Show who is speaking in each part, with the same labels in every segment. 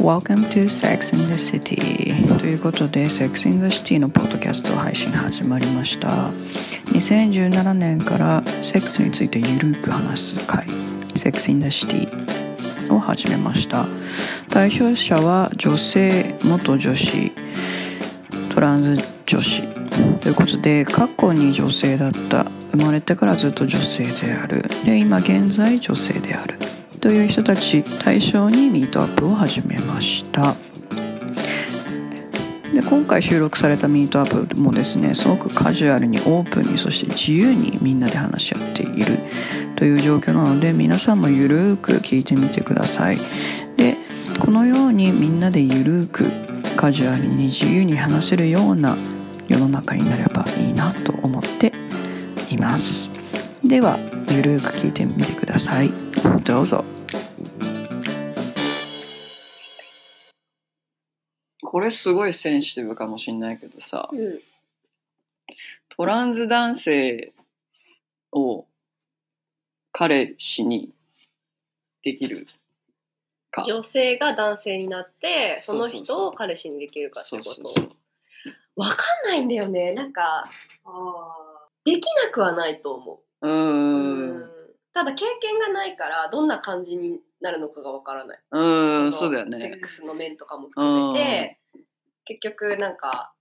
Speaker 1: Welcome to Sex in the City ということで Sex in the City のポッドキャスト配信始まりました2017年からセックスについてゆるく話す会 Sex in the City を始めました対象者は女性元女子トランス女子ということで過去に女性だった生まれてからずっと女性であるで今現在女性であるという人たち対象にミートアップを始めましたで今回収録されたミートアップもですねすごくカジュアルにオープンにそして自由にみんなで話し合っているという状況なので皆さんもゆるーく聞いてみてくださいでこのようにみんなでゆるーくカジュアルに自由に話せるような世の中になればいいなと思っていますではゆるーく聞いてみてくださいどうぞこれすごいセンシティブかもしれないけどさ
Speaker 2: うん、
Speaker 1: トランス男性を彼氏にできるか
Speaker 2: 女性が男性になってその
Speaker 1: そうそうそう
Speaker 2: 人を彼氏にできるかって
Speaker 1: そ
Speaker 2: こ
Speaker 1: う
Speaker 2: と
Speaker 1: そうそう
Speaker 2: わかんないんだよねなんかできなくはないと思
Speaker 1: う
Speaker 2: う
Speaker 1: ー
Speaker 2: うん
Speaker 1: ん
Speaker 2: ただ経験がないからどんな感じになるのかがわからない、
Speaker 1: うーん
Speaker 2: そ
Speaker 1: そ
Speaker 2: の
Speaker 1: うだよ
Speaker 2: セ
Speaker 1: ね
Speaker 2: ックスの面とかも含めて結局なんか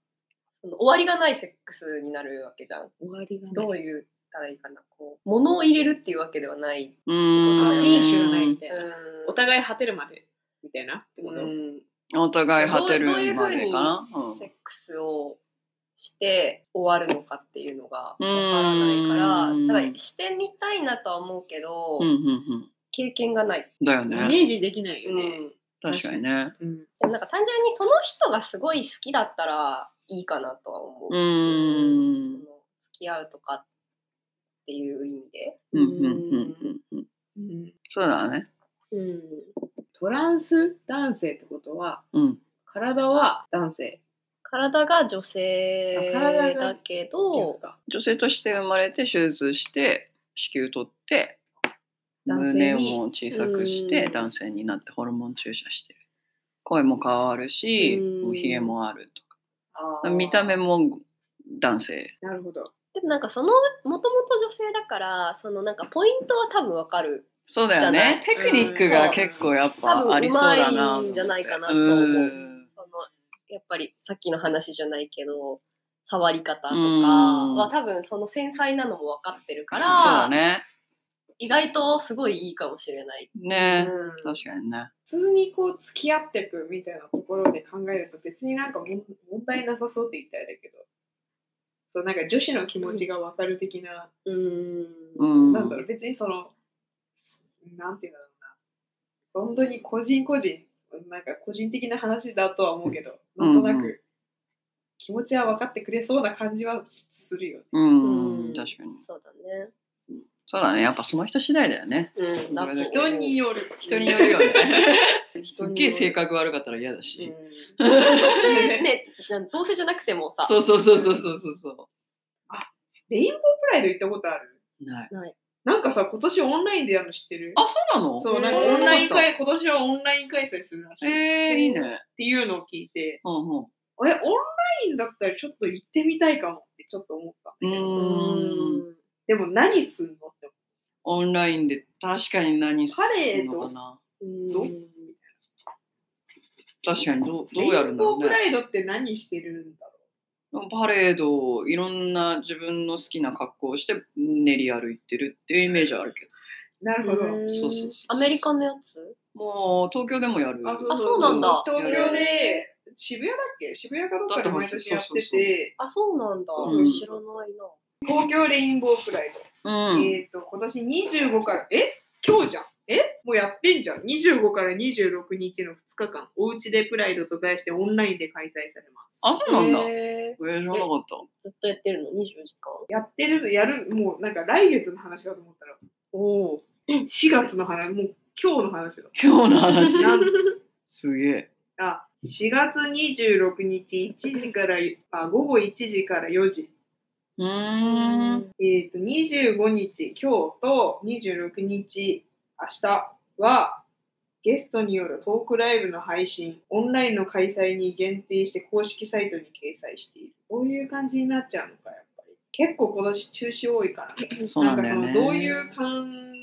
Speaker 2: その終わりがないセックスになるわけじゃん
Speaker 3: 終わりが
Speaker 2: どう言ったらいいかなこう物を入れるっていうわけではない、
Speaker 1: う
Speaker 3: な
Speaker 1: ー
Speaker 3: い。
Speaker 1: ん
Speaker 3: いい週がないみたいな。
Speaker 2: う
Speaker 3: お
Speaker 2: ん
Speaker 3: 互い果てるまでみたいなってこと。
Speaker 2: うん
Speaker 1: お互い果てる
Speaker 2: どういうふ
Speaker 1: ま
Speaker 2: う
Speaker 1: で
Speaker 2: に
Speaker 1: かなうん
Speaker 2: セックスをして終わるのかっていうのがわ
Speaker 1: う
Speaker 2: か
Speaker 1: ーん
Speaker 2: らないからだからしてみたいなとは思うけど、
Speaker 1: うんうんうん
Speaker 2: 経験がない、
Speaker 1: だよ
Speaker 3: イ
Speaker 1: ね
Speaker 3: メージできないよね。
Speaker 1: 確かにね
Speaker 3: うん
Speaker 2: でもなんか単純にその人がすごい好きだったらいいかなとは思う、
Speaker 1: うーん
Speaker 2: その付き合うとかっていう意味で、
Speaker 1: うんうんうんうんうん
Speaker 3: うん
Speaker 1: そうだね
Speaker 2: うん、
Speaker 3: トランス男性ってことは、
Speaker 1: うん
Speaker 3: 体は男性。
Speaker 2: 体が女性だけど
Speaker 1: 女性として生まれて手術して子宮取って
Speaker 3: 男性
Speaker 1: 胸
Speaker 3: に
Speaker 1: も小さくし
Speaker 2: う
Speaker 1: て
Speaker 2: ん
Speaker 1: 男性になってホルモン注射してる声も変わるし
Speaker 2: うん
Speaker 1: もうひげもあると
Speaker 3: あ
Speaker 1: か
Speaker 3: ー
Speaker 1: 見た目も男性
Speaker 3: なるほど。
Speaker 2: でもなんかそのもともと女性だからそのなんかポイントは多分わかる
Speaker 1: そうだよ
Speaker 2: じゃな
Speaker 1: ね
Speaker 2: い
Speaker 1: テクニックが結構やっ
Speaker 2: 多
Speaker 1: ぱあ
Speaker 2: 分
Speaker 1: り
Speaker 2: う
Speaker 1: そうだな
Speaker 2: まいんじゃないかなと思う。
Speaker 1: うん
Speaker 2: そのやっぱりさっきの話じゃないけど触り方とか
Speaker 1: うん
Speaker 2: は多分その繊細なのも分かってるか
Speaker 1: そう
Speaker 2: ら、
Speaker 1: だね
Speaker 2: 意外とすごいいいかもしれない。
Speaker 1: ね
Speaker 2: うん
Speaker 1: 確かにね
Speaker 3: 普通にこう付き合っていくみたいなところで考えると別になんかもん問題なさそうって言ったらあれだけどそうなんか女子の気持ちが分かる的な、
Speaker 2: うん
Speaker 1: うん
Speaker 3: なんだろう別にそのなんていうんだろうな本当に個人個人なんか個人的な話だとは思うけどなんとな
Speaker 1: うんう
Speaker 3: く気持ちは分かってくれそうな感じはしするよね。
Speaker 1: うん、
Speaker 2: うん
Speaker 1: 確かに
Speaker 2: そうだね。
Speaker 1: そうだねやっぱその人次第だよね
Speaker 2: うん、だって
Speaker 3: 人による
Speaker 1: 人によるよ ね す
Speaker 2: 人による
Speaker 1: っげえ性格悪かったら嫌だ
Speaker 2: う
Speaker 1: し、
Speaker 2: ん同性ね、なん 同性じゃなくてもさ、
Speaker 1: そうそうそうそうそうそうそ
Speaker 3: レインボープライド行ったことある
Speaker 1: うない
Speaker 2: ない
Speaker 3: なんかさ今年オンラインでやるの知ってる
Speaker 1: あそうなの
Speaker 3: そうなんか
Speaker 2: へー
Speaker 3: オンライン開今年はオンライン開催するらしい。
Speaker 1: えー、いいね
Speaker 3: っていうのを聞いて、
Speaker 1: うんうん
Speaker 3: 俺、オンラインだったらちょっと行ってみたいかもってちょっと思った。
Speaker 1: う
Speaker 2: う
Speaker 1: ーん
Speaker 3: でも何すんのって
Speaker 1: オンラインで確かに何するのかな
Speaker 2: うん
Speaker 3: どう
Speaker 1: 確かにどうど
Speaker 3: 思っ
Speaker 1: う
Speaker 3: た。
Speaker 1: や
Speaker 3: レイ
Speaker 1: るんだろうね
Speaker 3: ンボープライドって何してるんだろ
Speaker 1: パレードをいろんな自分の好きな格好をして練り歩いてるっていうイメージはあるけど
Speaker 3: う。なるほど。
Speaker 2: うん
Speaker 1: そうそうそうそう
Speaker 2: アメリカのやつ？
Speaker 1: もう東京でもやる
Speaker 2: あそうなんだ
Speaker 3: 東京で、渋谷だっけ渋谷かどっかで毎年やってて、
Speaker 2: あ、そうなんだ。
Speaker 1: うん
Speaker 2: 知らないな。
Speaker 3: 東京レインボープライド。
Speaker 1: うん、
Speaker 3: えっ、と、今年25から、え今日じゃん。えもうやってんじゃん。25から26日の2日間、おうちでプライドと題してオンラインで開催されます。
Speaker 1: あそうなんだえ
Speaker 2: へー
Speaker 1: ー、知らなかった
Speaker 2: ずっとやってるの24時間。
Speaker 3: やってる、やる、もうなんか来月の話かと思ったら、
Speaker 2: おお。
Speaker 3: 4月の話、もう今日の話だ。
Speaker 1: 今日の話
Speaker 3: なん
Speaker 1: すげえ
Speaker 3: あ4月26日1時からあ午後1時から4時、
Speaker 1: う
Speaker 2: う
Speaker 1: ーん。
Speaker 3: えー、と25日今日と26日明日はゲストによるトークライブの配信、オンラインの開催に限定して公式サイトに掲載している。こういう感じになっちゃうのか、やっぱり。結構今年中止多いから、
Speaker 1: そうなんだよ
Speaker 3: か
Speaker 1: ね
Speaker 3: そのどういう感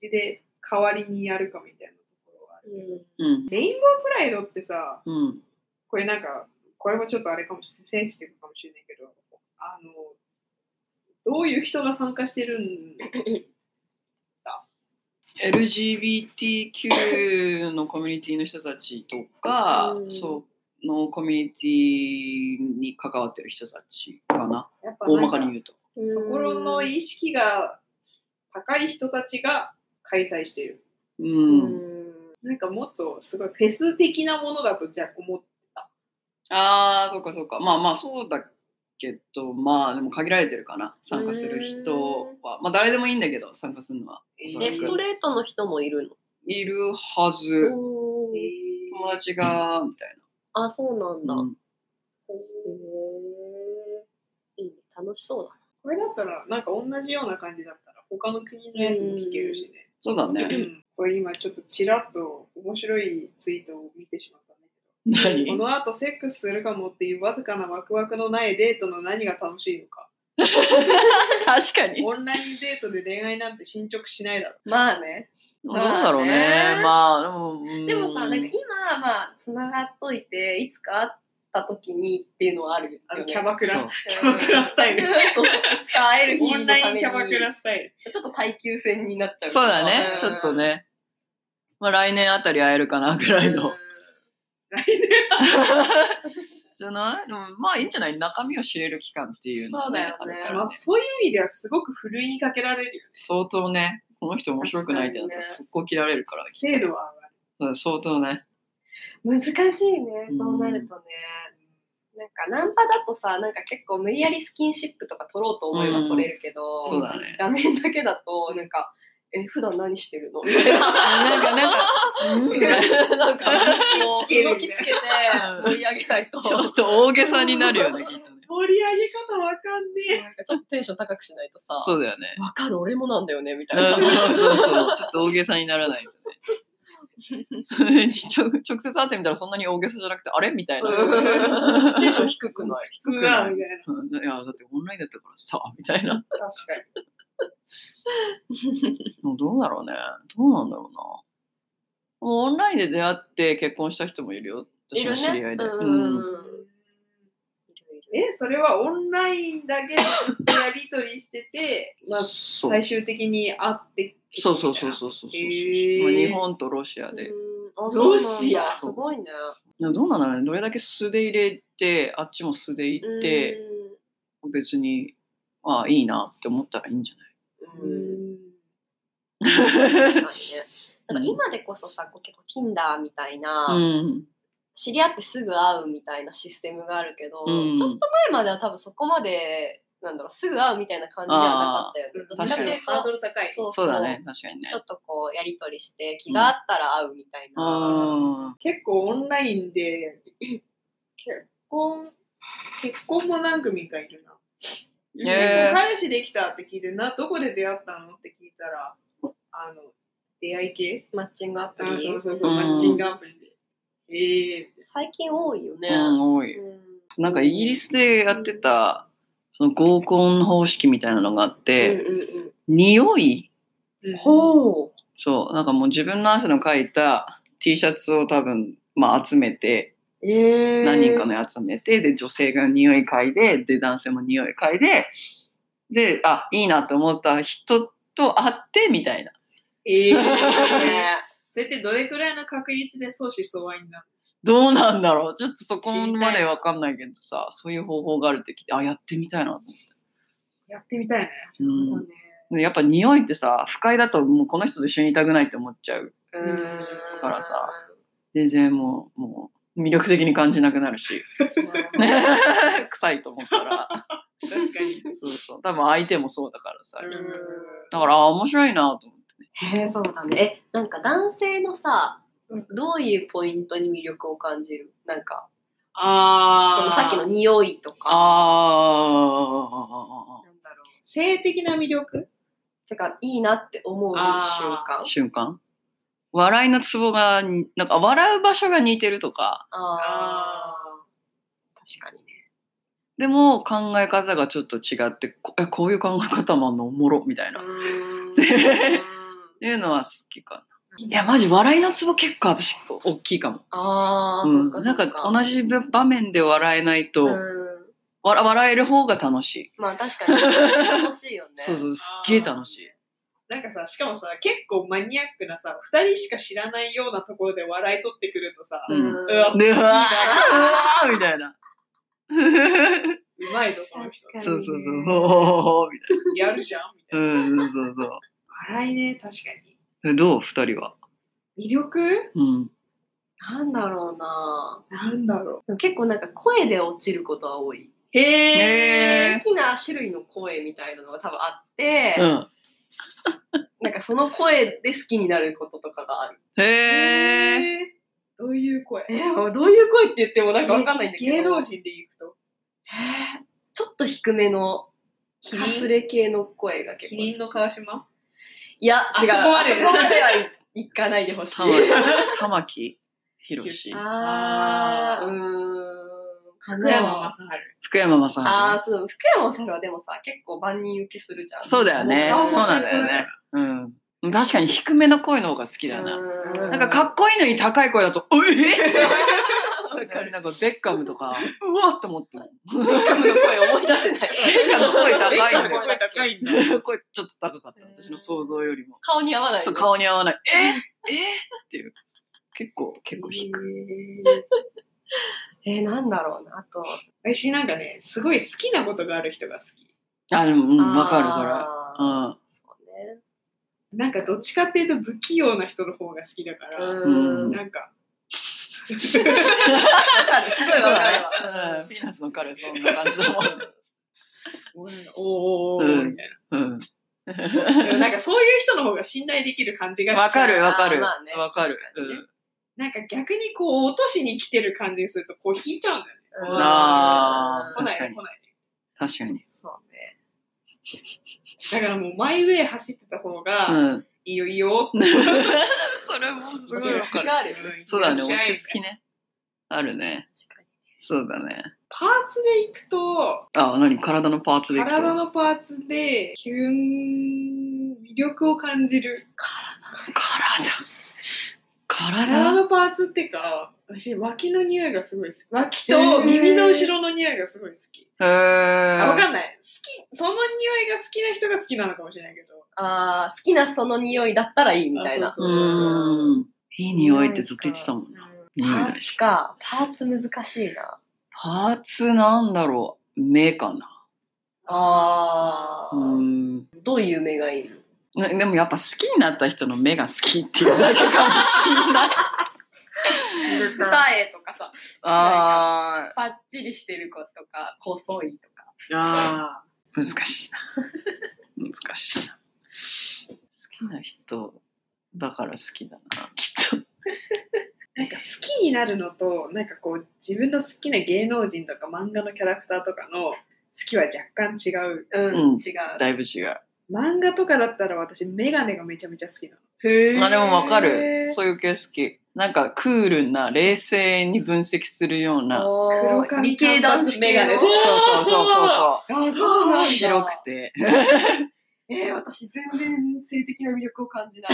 Speaker 3: じで代わりにやるかみたいなところはある。
Speaker 1: うん
Speaker 3: レインボープライドってさ、
Speaker 1: うん
Speaker 3: これなんか、これもちょっとあれかもしれない、センシティブかもしれないけど、あの、どういう人が参加してるん
Speaker 1: LGBTQ のコミュニティの人たちとか、
Speaker 3: うん
Speaker 1: そうのコミュニティに関わってる人たちかな
Speaker 3: やっぱ
Speaker 1: 大
Speaker 3: なん
Speaker 1: ま
Speaker 3: か
Speaker 1: かに言うと
Speaker 3: そこの意識が高い人たちが開催している。
Speaker 1: うん、
Speaker 3: なんかもっとすごいフェス的なものだとじゃあ思っ
Speaker 1: ああそうかそうかまあまあそうだけどまあでも限られてるかな参加する人はまあ誰でもいいんだけど参加するのは
Speaker 3: てい
Speaker 1: うん
Speaker 3: る。
Speaker 1: え
Speaker 2: でストレートの人もいる
Speaker 1: いるはず
Speaker 2: の。おー
Speaker 1: 友達がみたい
Speaker 2: あ、そうなんだ。
Speaker 1: な、
Speaker 2: へ
Speaker 1: うん
Speaker 2: え。いいね、楽しそうだ
Speaker 3: これだったらなんか同じような感じだったら他の国のやつも聞けるしね。
Speaker 1: そうだ
Speaker 3: う
Speaker 1: ね
Speaker 3: んこれ今ちょっとちらっと面白いツイートを見てしまったんだ けど、こ
Speaker 1: 何
Speaker 3: の後セックスするかもっていうわずかなワクワクのないデートの何が楽しいのか。
Speaker 1: 確かに
Speaker 3: オンラインデートで恋愛なんて進捗しないだろ。
Speaker 2: まあね。
Speaker 1: どうだろうねまあでも、うん
Speaker 2: でもさ、なんか今、まあ、つながっといて、いつか会った時にっていうのはある
Speaker 3: あ
Speaker 2: よ
Speaker 3: の
Speaker 2: ね。
Speaker 3: キャバク
Speaker 1: そ
Speaker 3: ラ
Speaker 1: う。
Speaker 3: キャバクラスタイル。
Speaker 2: そういつか会える日のために
Speaker 3: オンラインキャバクラスタイル。
Speaker 2: ちょっと耐久戦になっちゃう。
Speaker 1: そうだね、ちょっと。ね。まあ来年あたり会えるかなぐらいの。
Speaker 3: 来年
Speaker 1: じゃないでもまあいいんじゃない中身を知れる期間っていうのは
Speaker 2: そうだよね
Speaker 1: あるから
Speaker 3: まあ、そういう意味ではすごくふるいにかけられるよね。
Speaker 1: 相当ね、この人面白くないってなったら
Speaker 2: 確かにね
Speaker 1: 速攻切られるから、
Speaker 3: 精度は上がる。
Speaker 1: うん相当ね。
Speaker 2: 難しいね、そうなるとね。なんかナンパだとさ、なんか結構無理やりスキンシップとか取ろうと思えば取れるけど、
Speaker 1: そうだね。
Speaker 2: 画面だけだと、なんか、え、普段何してるのみたい な。
Speaker 1: なんか、なんか、うんみたいな
Speaker 2: なんか、もう
Speaker 3: つける
Speaker 2: 動きつけて盛り上げない と。
Speaker 1: ちょっと大げさになる よね、きっとね。
Speaker 3: 盛り上げ方わかんねえ。
Speaker 2: なんかちょっとテンション高くしないとさ、
Speaker 1: そうだよね。
Speaker 2: わかる、俺もなんだよね、みたいな。
Speaker 1: うんそうそうそう。ちょっと大げさにならないと ね。 ちょ直接会ってみたらそんなに大げさじゃなくて、あれみたいな。
Speaker 2: うんテンション低くない。
Speaker 3: 普通だみたいな。
Speaker 1: うんいや、だってオンラインだったからさ、 みたいな。
Speaker 3: 確かに。
Speaker 1: もうどうだろうね。どうなんだろうな。もうオンラインで出会って結婚した人もいるよ。私の知り合いで。
Speaker 2: いるね
Speaker 1: う
Speaker 2: うん
Speaker 1: ん
Speaker 3: え、それはオンラインだけでずっとやりとりしてて、まあ、
Speaker 1: そう
Speaker 3: 最終的に会って
Speaker 1: そうそうそう
Speaker 3: う。
Speaker 1: そうそうそうそう。
Speaker 3: へー
Speaker 1: まあ日本とロシアで。い
Speaker 3: ロシア
Speaker 2: すごいね。
Speaker 1: やどうなんだろうね。どれだけ素で入れて、あっちも素で行って、別に、ああ、いいなって思ったらいいんじゃない
Speaker 2: うん
Speaker 3: うん
Speaker 1: う
Speaker 2: 確 かにね。なんか今でこそさ、こう結構 Tinder みたいな、
Speaker 1: ん。
Speaker 2: 知り合ってすぐ会うみたいなシステムがあるけど、
Speaker 1: うん
Speaker 2: ちょっと前までは多分そこまで、なんだろう、すぐ会うみたいな感じではなかったよね。どっち
Speaker 1: 確
Speaker 2: か
Speaker 1: か
Speaker 2: とい
Speaker 1: に
Speaker 2: うと
Speaker 3: ハードル高い。
Speaker 2: そう
Speaker 1: そうだね。確かにね
Speaker 2: ちょ。っとこうやり取りして気があったら会うみたいな、
Speaker 1: あ
Speaker 3: 結構オンラインで、結婚、結婚も何組かいるな。
Speaker 1: へー
Speaker 3: 彼氏できたって聞いて、な、どこで出会ったのって聞いたら、あの、出会い系
Speaker 2: マッチングアプ
Speaker 3: あ
Speaker 2: リ
Speaker 3: そうそうそう、
Speaker 1: うん
Speaker 3: マッチングアプリで。ええ
Speaker 2: 最近多いよね、
Speaker 1: あ。うん、多い。なんかイギリスでやってた、その合コン方式みたいなのがあって、匂い
Speaker 3: うん
Speaker 2: ほう
Speaker 1: そう、なんかもう自分の汗のかいた T シャツを多分、まあ集めて、
Speaker 2: えー、
Speaker 1: 何人かのやつ集めて、で、女性が匂い嗅いで、で、男性も匂い嗅いで、で、あ、いいなと思った人と会って、みたいな。
Speaker 3: ええ
Speaker 2: ね
Speaker 3: それってどれくらいの確率で相思相愛になる
Speaker 1: どうなんだろうちょっとそこまでわかんないけどさ、そういう方法があるって聞いて、あ、やってみたいなと思って。
Speaker 3: やってみたいね。
Speaker 1: うんでやっぱ匂いってさ不快だともうこの人と一緒にいたくないって思っちゃう
Speaker 2: う
Speaker 3: うん
Speaker 2: ん
Speaker 1: だからさ全然もうもう魅力的に感じなくなる し臭いと思ったら
Speaker 3: 確かに。
Speaker 1: そうそう多分相手もそうだからさ
Speaker 3: うん
Speaker 1: だからあー面白いなと思って
Speaker 2: へえそうだねえなんか男性のさどういうポイントに魅力を感じるなんか
Speaker 3: あ
Speaker 2: そのさっきの匂いとか
Speaker 1: あ
Speaker 2: なんだろう
Speaker 3: 性的な魅力
Speaker 2: てかいいなって思う瞬
Speaker 1: あ
Speaker 2: 間
Speaker 1: 瞬間笑いのツボが、なんか笑う場所が似てるとか、
Speaker 2: ああ。確かにね。
Speaker 1: でも考え方がちょっと違って、こえこういう考え方もあんのおもろみたいな。っ
Speaker 3: うん
Speaker 1: ていうのは好きか な。いや、マジ笑いのツボ結構私大きいかも。
Speaker 2: ああ、
Speaker 1: うん、
Speaker 2: そっ
Speaker 1: なん
Speaker 2: そ
Speaker 1: か
Speaker 2: っ
Speaker 1: 同じ場面で笑えないと、
Speaker 2: うん。
Speaker 1: わら笑える方が楽しい。
Speaker 2: まあ確かに。楽しいよね。
Speaker 1: そうそう、すっげえ楽しい。
Speaker 3: なんかさ、しかもさ、結構マニアックなさ、二人しか知らないようなところで笑い取ってくるとさ、
Speaker 1: う
Speaker 2: うんん。
Speaker 3: うわ
Speaker 1: で、うわー、うわーみたい な。
Speaker 3: うまいぞ、この人。
Speaker 2: 確か
Speaker 1: そうそうそう、
Speaker 2: ね
Speaker 1: ほうほうほうほうみたい
Speaker 3: やるじゃんみたい
Speaker 1: な。うん、そうそうそう
Speaker 3: な。笑いね、確か
Speaker 1: え。どう二人は。
Speaker 3: に。魅力
Speaker 1: うん。
Speaker 2: なんだろうな
Speaker 3: なんだろ
Speaker 2: でも結構なんか声で落ちることは多い。
Speaker 3: う。へ
Speaker 1: へ
Speaker 2: 好きな種類の声みたいなのが多分あって、
Speaker 1: うん。
Speaker 2: なんかその声で好きになることとかがある。
Speaker 1: へえ。
Speaker 3: へー。どういう声
Speaker 2: えー、どういう声って言ってもなんかわかんないんだけど。
Speaker 3: 芸能人で行くと、
Speaker 2: えーちょっと低めの、
Speaker 3: キ
Speaker 2: かす
Speaker 3: リン
Speaker 2: れ系の声が結
Speaker 3: キ
Speaker 2: 構。
Speaker 3: リンの川島
Speaker 2: いや、
Speaker 3: そ
Speaker 2: 違う。
Speaker 3: こまで
Speaker 2: あそこまではいかないでほしい。
Speaker 1: 玉木、玉木宏。
Speaker 2: あー、うーん。
Speaker 3: 福山雅治。
Speaker 1: 福山雅治ね。
Speaker 2: あー、そう。福山雅治はでもさ、結構万人受けするじゃん。
Speaker 1: そうだよね
Speaker 2: も。
Speaker 1: そう
Speaker 2: 顔も
Speaker 1: なんだよね。うん。確かに低めの声の方が好きだな。
Speaker 2: う
Speaker 1: なんかかっこいいのに高い声だ と、うえなんかベッカムとか、うわっと思って。
Speaker 2: ベッカムの声思い出せ な
Speaker 1: ベ
Speaker 2: い。
Speaker 1: ッカムの声高いんだよ
Speaker 2: ベッカムの声高いん だ
Speaker 1: 声ちょっと高かった。私の想像よりも。
Speaker 2: 顔に合わない。
Speaker 1: そう、顔に合わない。ええっていう。結構、結構低い。
Speaker 3: へ
Speaker 2: え
Speaker 3: ー
Speaker 2: ー、なんだろうな。あと、
Speaker 3: 私なんかね、すごい好きなことがある人が好き。
Speaker 1: あ、でも、うん、わかる、それ。
Speaker 2: あー
Speaker 3: なんかどっちかっていうと不器用な人の方が好きだから、
Speaker 2: そうね。
Speaker 1: うん
Speaker 3: な んか、
Speaker 1: うん。そうだね
Speaker 2: わかる。すごいわかるわ。。
Speaker 1: うん。ピーナスの彼、そんな感じだもん。
Speaker 3: おーおーおー
Speaker 1: うん
Speaker 3: みたい
Speaker 1: うん。
Speaker 3: な。でもなんかそういう人の方が信頼できる感じがしちゃう
Speaker 1: わかる、わか
Speaker 2: あー
Speaker 1: る。
Speaker 2: まあね
Speaker 1: わかる。
Speaker 2: 確かにね
Speaker 1: うん
Speaker 3: なんか逆にこう落としに来てる感じにするとこう引いちゃうんだよね。
Speaker 2: うん
Speaker 1: あー
Speaker 3: 来ない
Speaker 1: 確か
Speaker 3: で
Speaker 1: に
Speaker 3: 来ないで。
Speaker 1: 確かに。
Speaker 2: そうね。
Speaker 3: だからもうマイウェイ走ってた方
Speaker 1: う
Speaker 3: が、
Speaker 1: ん。
Speaker 3: いいよいいよ。
Speaker 1: それもす
Speaker 3: ご
Speaker 2: 落
Speaker 3: いわ
Speaker 2: ち着きがある。
Speaker 1: そうだね、
Speaker 3: いらっしゃい
Speaker 1: 落ち着きね。あるね。
Speaker 2: 確かに。
Speaker 1: そうだね。
Speaker 3: パーツでいくと、
Speaker 1: あ、何体のパーツでいくと。
Speaker 3: 体のパーツで、キュン、魅力を感じる。
Speaker 1: 体
Speaker 3: 体
Speaker 1: 体
Speaker 3: のパーツってか、私、脇の匂いがすごい好き。脇と耳の後ろの匂いがすごい好き。
Speaker 1: へ
Speaker 3: あ、わ
Speaker 1: ー。
Speaker 3: かんない。好き、その匂いが好きな人が好きなのかもしれないけど。
Speaker 2: あー好きなその匂いだったらいいみたいな。
Speaker 3: あそううそうそうそう
Speaker 1: ーん。いい匂いってずっと言ってたもんな。匂い
Speaker 2: パ
Speaker 1: な
Speaker 2: ー
Speaker 1: い
Speaker 2: ツか。パーツ難しいな。
Speaker 1: パーツなんだろう。目かな。
Speaker 2: あ
Speaker 1: うーん。
Speaker 2: どういう目がいい
Speaker 1: な
Speaker 2: の
Speaker 1: でもやっぱ好きになった人の目が好きっていうだけかもしれ ない。
Speaker 2: 二重とかさ、
Speaker 1: あ
Speaker 2: パッチリしてる子とか、細いとか。
Speaker 3: ああ。
Speaker 1: ー、難しいな。難しいな。好きな人だから好きだな、きっと。
Speaker 3: なんか好きになるのと、なんかこう、自分の好きな芸能人とか漫画のキャラクターとかの好きは若干違う。
Speaker 2: うん
Speaker 1: うん
Speaker 2: 違
Speaker 1: だいぶ違う。
Speaker 3: 漫画とかだったら私、メガネがめちゃめちゃ好きなの。
Speaker 2: う。
Speaker 1: あでもわかる。そういう系好き。なんかクールな、冷静に分析するような。
Speaker 3: 黒
Speaker 2: 黒
Speaker 3: 髪
Speaker 2: 理系男子メガネ。
Speaker 3: 短髪系
Speaker 1: そうそうそうそうそ
Speaker 3: ああ、
Speaker 2: そうなんだ
Speaker 1: う。白くて。
Speaker 2: えー、私全然性的な魅力を感じない。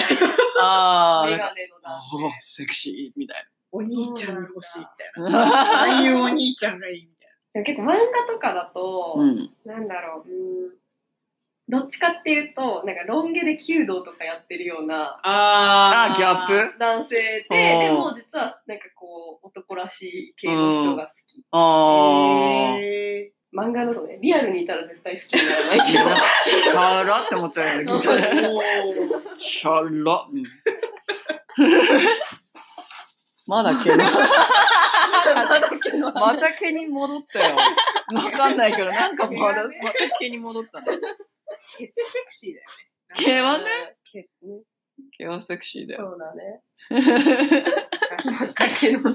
Speaker 1: あ
Speaker 2: メ
Speaker 1: ー
Speaker 2: ガネの
Speaker 1: あ
Speaker 2: 男
Speaker 1: ー、セクシーみたい
Speaker 3: お兄ちゃんが欲しいみたい な。
Speaker 1: な。
Speaker 3: ああいうお兄ちゃんがいいみたい
Speaker 2: 性。結構漫画とかだと、
Speaker 1: うん。
Speaker 2: なんだろう、うーんどっちかっていうと、なんかロン毛で弓道とかやってるような
Speaker 3: な。あ
Speaker 1: あー、ギャップ
Speaker 2: 男性
Speaker 1: う
Speaker 2: で、
Speaker 1: ん
Speaker 2: でも実はなんかこう、男らしい系の人が好き。
Speaker 1: あー。
Speaker 3: へ
Speaker 2: 漫画だとね、リアルにいたら絶対好きにならない
Speaker 1: い
Speaker 2: け
Speaker 1: や
Speaker 2: ど
Speaker 1: なん。かキャラって思っちゃうよね、
Speaker 2: そう
Speaker 3: ー
Speaker 1: キャラ。うんまだ毛に、
Speaker 2: なんだっけの
Speaker 1: また毛に戻ったよ。わかんないけど、なんかまだ、
Speaker 3: 毛が
Speaker 1: ま
Speaker 3: ね
Speaker 1: た毛に戻ったの。
Speaker 3: 毛ってセクシーだよね。
Speaker 1: 毛は
Speaker 2: は
Speaker 1: ね
Speaker 2: ね、
Speaker 1: 毛はセクシーだよ。
Speaker 2: そうだね。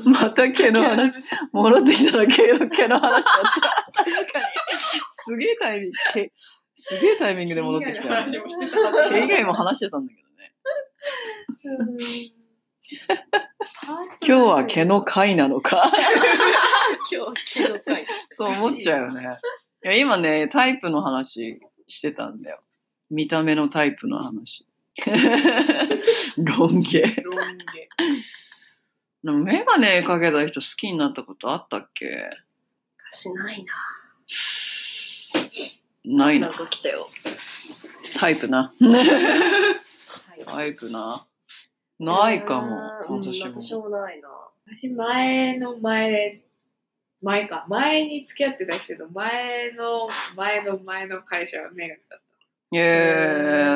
Speaker 1: また毛の話、戻ってきたら毛の毛の話だった。確かに。すげえタイミング、毛すげえタイミングで戻ってきたよね、
Speaker 3: 毛以外の話もして
Speaker 1: 毛以
Speaker 3: た。
Speaker 1: 外も話してたんだけどね。今日は毛の回なの か
Speaker 2: 今日は毛の回
Speaker 1: そう思っちゃうよね。いや、今ね、タイプの話してたんだよ。見た目のタイプの 話。ロン毛。
Speaker 3: ロン毛。
Speaker 1: でもメガネかけた人好きになったことあったっけ
Speaker 2: しないな
Speaker 1: ない
Speaker 2: な
Speaker 1: な。
Speaker 2: んか来たよ
Speaker 1: タイプな。
Speaker 2: はい
Speaker 1: タイプな。ないかも。
Speaker 2: うん
Speaker 1: 私も。
Speaker 2: 私もないな
Speaker 3: 私、前の前、前か。前に付き合ってた人と、前の前の前の会社はメガネだっ
Speaker 1: えー。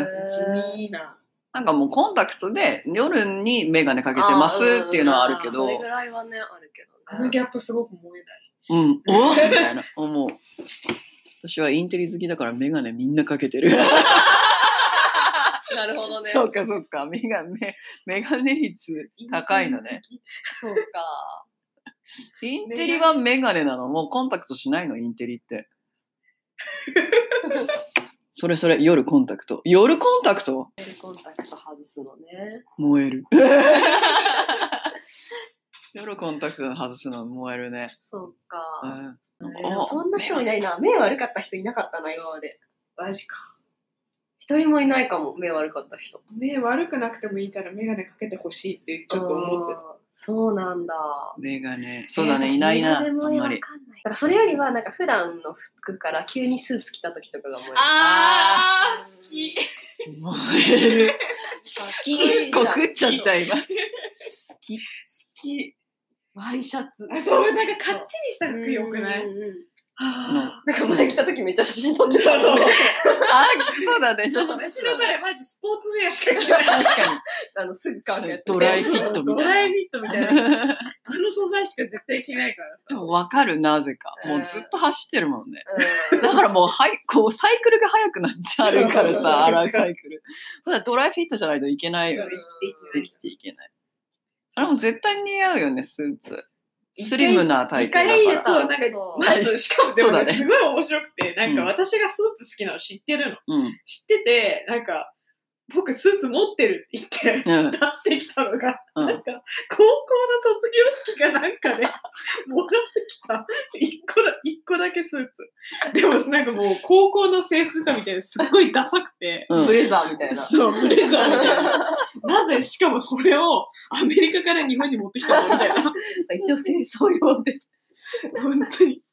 Speaker 2: へ
Speaker 3: た。
Speaker 2: ー
Speaker 3: 地味な。
Speaker 1: なんかもうコンタクトで夜にメガネかけてますっていうのはあるけ
Speaker 2: あーうんうんうんそ
Speaker 1: ど
Speaker 2: れぐ、らいはねあるけ
Speaker 3: あ
Speaker 2: ど
Speaker 3: の
Speaker 2: ね
Speaker 3: ギャップすごく燃えない。
Speaker 1: うん、 おみたいな思う。私はインテリ好きだからメガネみんなかけてる。
Speaker 2: なるほどね
Speaker 1: そうかそうか、メガネ、メガネ率高いのね。
Speaker 2: そうか
Speaker 1: インテリはメガネなのもうコンタクトしないのインテリって。 それそれ、夜コンタクト。夜コンタクト
Speaker 2: テレコンタクト外すのね
Speaker 1: 燃 える。夜コンタクトの外すの燃えるね。
Speaker 2: そう
Speaker 1: う
Speaker 2: か、
Speaker 1: ん
Speaker 2: え
Speaker 1: なんか
Speaker 2: ー
Speaker 1: あ
Speaker 2: そんな人いないな目悪かった人いなかったな今まで
Speaker 3: マジか。
Speaker 2: 一人もいないかも目悪かった人
Speaker 3: 目悪くなくてもいいからメガネかけてほしいってちょっと思ってた。
Speaker 2: あーそうなんだ
Speaker 1: メガネ。そうだ
Speaker 2: え
Speaker 1: ね、
Speaker 2: ー
Speaker 1: いないな、
Speaker 2: 私
Speaker 1: あん
Speaker 2: メガネ
Speaker 1: ま
Speaker 2: わ
Speaker 1: り。
Speaker 2: かんないだからそれよりはなんか普段の服から急にスーツ着た時とかがもう
Speaker 1: あ
Speaker 2: ー好
Speaker 3: 好
Speaker 2: き
Speaker 3: き。
Speaker 1: 燃える。
Speaker 2: 好
Speaker 1: 好
Speaker 2: き
Speaker 1: き。こくっちゃった、今。好き。
Speaker 3: 好き。
Speaker 2: ワイシャツ
Speaker 3: あ、そう、なんかかっちりした服よくない
Speaker 2: うんうんうん
Speaker 3: あ
Speaker 2: なんか前来た時めっちゃ写真撮ってた の
Speaker 1: あ、そうだね、
Speaker 3: ー
Speaker 1: ちょっと
Speaker 3: 私の彼マジスポーツウェアしか着ない。
Speaker 1: 確かに。
Speaker 2: あのすぐ買うやつ
Speaker 1: ドライフィットみたいな
Speaker 3: ドライフィットみたいな。あの素材しか絶対着ないから。
Speaker 1: でも分かるなぜか。もうずっと走ってるもんね。
Speaker 2: うん
Speaker 1: だからもう、はい、こう、サイクルが速くなってあるからさ、洗うサイクル。ただドライフィットじゃないといけないよね。
Speaker 3: 生
Speaker 1: で
Speaker 3: き
Speaker 1: きていけない。あれも絶対似合うよね、スーツ。スリムなタイプだか
Speaker 2: 一回
Speaker 1: ら
Speaker 2: 一。
Speaker 3: そう、なんか、まず、しかもでも
Speaker 1: そうだ
Speaker 3: ね、
Speaker 1: ね
Speaker 3: すごい面白くて、なんか
Speaker 1: うん
Speaker 3: 私がスーツ好きなの知ってるの。
Speaker 1: うん。
Speaker 3: 知ってて、なんか、僕スーツ持ってるって言って
Speaker 1: うん。
Speaker 3: 出してきたのが、
Speaker 1: うん
Speaker 3: なんか、高校の卒業式かなんかで、もらってきた、一個だ、一個だけスーツ。でも、なんかもう、高校の制服かみたいな、すっごいダサくて、
Speaker 1: うん
Speaker 2: ブレザーみたいな
Speaker 3: そう、ブレザーみたいな。なぜ、しかもそれをアメリカから日本に持ってきたのみたいな。
Speaker 2: 一応清掃用 で
Speaker 3: 本当に。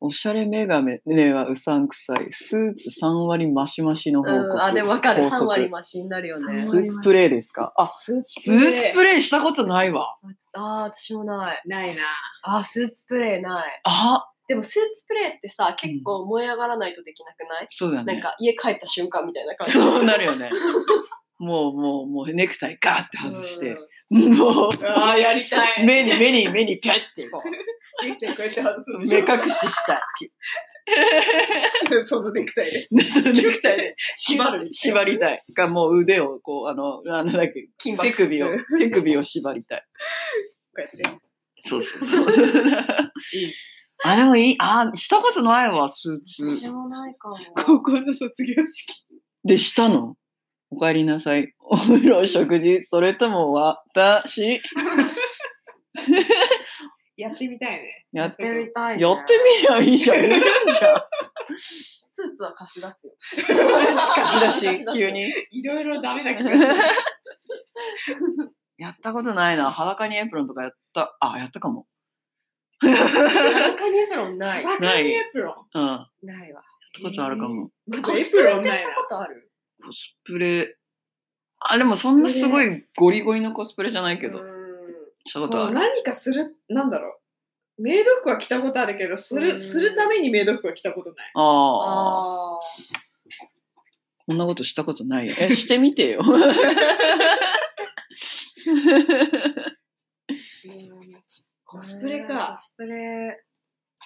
Speaker 1: おしゃれメガネはうさんくさい。スーツ3割マシマシの報
Speaker 2: うん
Speaker 1: 告。
Speaker 2: あでもわかる
Speaker 1: 法則
Speaker 2: 3割マシになるよね
Speaker 3: 三
Speaker 1: スーツプレイですかあ、
Speaker 2: スーツ
Speaker 1: スーツプレイしたことないわ。
Speaker 2: あー私もない
Speaker 3: ないな。
Speaker 2: あースーツプレーない
Speaker 1: あ、
Speaker 2: でもスーツプレーってさ結構燃え上がらないとできなくない、
Speaker 1: そうだね。
Speaker 2: なんか家帰った瞬間みたいな感じ
Speaker 1: そうなるよね。 もうもうもうネクタイガーって外して、もう
Speaker 3: ああ、やりたい。
Speaker 1: 目に目に目にピャッてこ
Speaker 3: できてこうやって外す
Speaker 1: う
Speaker 3: の
Speaker 1: 目隠ししたい。
Speaker 3: そのネクタイで。
Speaker 1: でそのネクタイで
Speaker 3: 縛る。
Speaker 1: 縛りたい。がもう腕をこうあのなんだっけ
Speaker 2: 金
Speaker 1: 手
Speaker 2: 箔
Speaker 1: 首を手首を縛りたい。
Speaker 3: こうやって。
Speaker 1: そうそうそう。 あでもいいあしたことないわスーツ
Speaker 2: 私もないかも
Speaker 3: 高校の卒業式。
Speaker 1: でしたの。お帰りなさい。お風呂、食事、それとも私。
Speaker 3: やってみたいね。
Speaker 1: やって
Speaker 2: やってみたい、ね、
Speaker 1: やってみりゃいいじゃん。いるんじゃん。
Speaker 2: スーツは貸し出すよ
Speaker 1: スーツ貸し出し、 急に。
Speaker 3: いろいろダメな気がす る。
Speaker 1: やったことないな。裸にエプロンとかやった。あ、やったかも。
Speaker 2: 中にエプロンない
Speaker 3: バカにエプロ
Speaker 1: うん。やっ
Speaker 2: ないわ
Speaker 1: たことあるかも。
Speaker 3: ン。ま
Speaker 2: コ
Speaker 3: ずエ
Speaker 2: ス
Speaker 3: プ
Speaker 2: プレ
Speaker 3: ロ
Speaker 2: っ
Speaker 3: ン
Speaker 2: て
Speaker 3: ない
Speaker 2: したことある
Speaker 1: コスプレ。あ、でもそんなすごいゴリゴリのコスプレじゃないけど
Speaker 2: う、ん
Speaker 1: した
Speaker 3: な。
Speaker 1: こと
Speaker 3: そ
Speaker 1: あ
Speaker 3: う、
Speaker 1: る。
Speaker 3: 何かする、なんだろう。メイド服は着たことあるけど、す
Speaker 2: うん
Speaker 3: る、するためにメイド服は着たことない。
Speaker 1: ああ、
Speaker 2: あ
Speaker 1: こんなことしたことないよ。え、してみてよ。
Speaker 2: ー
Speaker 3: コスプレか。
Speaker 2: コスプレ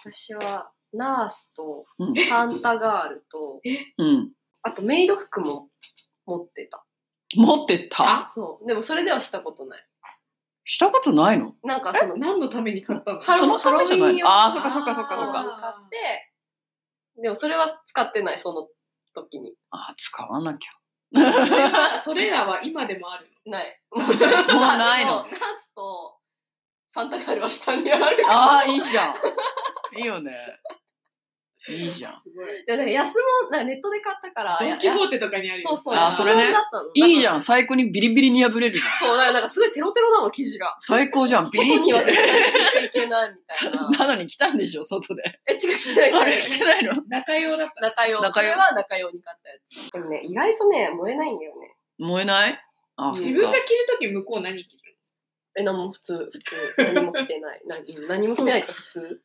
Speaker 2: 私はナースと
Speaker 1: うん
Speaker 2: サンタガールと
Speaker 1: うん。
Speaker 2: あとメイド服も持ってた
Speaker 1: 持ってた
Speaker 2: そうでもそれではしたことない
Speaker 1: したことないの
Speaker 2: なんかその
Speaker 3: 何のために買ったの
Speaker 2: ハロ
Speaker 1: そのためじゃない
Speaker 2: ハロウィン用の
Speaker 1: あーそっかそっかそっかそっか
Speaker 2: ハロウィン買ってでもそれは使ってないその時に
Speaker 1: あ、使わなきゃ。
Speaker 3: それはそれらは今でもある
Speaker 2: ない。
Speaker 3: の。
Speaker 2: も
Speaker 1: うないの。
Speaker 2: ナスとサンタガールは下にある。
Speaker 1: ああ、いいじゃん。いいよね。いいじゃん。
Speaker 3: すごい。
Speaker 2: いや、だから安物、なんかネットで買ったから。
Speaker 3: ドン・キホーテとかにある
Speaker 2: そうそう。
Speaker 1: あそれね
Speaker 2: 安物だったの
Speaker 1: いいじ
Speaker 2: ん。
Speaker 1: ゃん。最高にビリビリに破れるじゃん。
Speaker 2: そう、だからなんかすごいテロテロなの、生地が。
Speaker 1: 最高じゃん。ビリ
Speaker 2: 外
Speaker 1: ッ
Speaker 2: には
Speaker 1: て
Speaker 2: 絶。対着ちゃいけ ないみたいな。
Speaker 1: なのに来たんでしょ、外で。
Speaker 2: え、違う違う。
Speaker 1: あれ、来てないの
Speaker 3: 中用だった。
Speaker 2: 中用。
Speaker 1: 中
Speaker 2: 中
Speaker 1: 用
Speaker 2: 用は中用に買ったやつ。でもね、意外とね、燃えないんだよね。
Speaker 1: 燃えないあ、そ
Speaker 3: 自
Speaker 1: っ
Speaker 3: 分が
Speaker 1: か
Speaker 3: 着。るとき向こう何着る
Speaker 2: え、なんも普通、普通。何も着てない。何何も着てないと普通。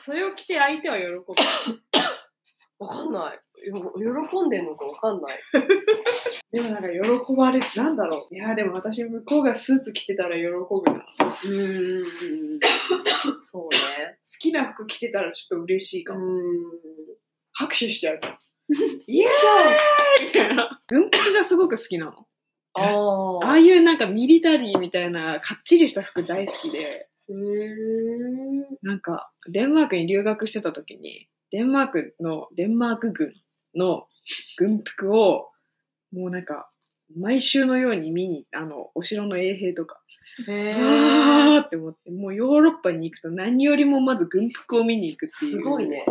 Speaker 3: それを着て相手は喜ぶ。
Speaker 2: わかんない。よ喜んでんのかわかんない。
Speaker 3: でもなんか喜ばれ、なんだろう。いや、でも私向こうがスーツ着てたら喜ぶな。好
Speaker 2: うーん。そうね。
Speaker 3: きな服着てたらちょっと嬉しいうか
Speaker 2: ー
Speaker 3: も。
Speaker 2: ん。
Speaker 3: 拍手しちゃう。 いやーみたいな。軍服がすごく好きなの。
Speaker 2: あ
Speaker 3: あ
Speaker 2: あ。
Speaker 3: あいうなんかミリタリーみたいなかっちりした服大好きで、
Speaker 2: うーん。
Speaker 3: なんかデンマークに留学してた時に、デンマークの、デンマーク軍の軍服を、もうなんか、毎週のように見に、あの、お城の衛兵とか、
Speaker 2: へ
Speaker 3: あ
Speaker 2: ー
Speaker 3: ーって思って、もうヨーロッパに行くと何よりもまず軍服を見に行くってい
Speaker 2: す
Speaker 3: う。
Speaker 2: ごいね。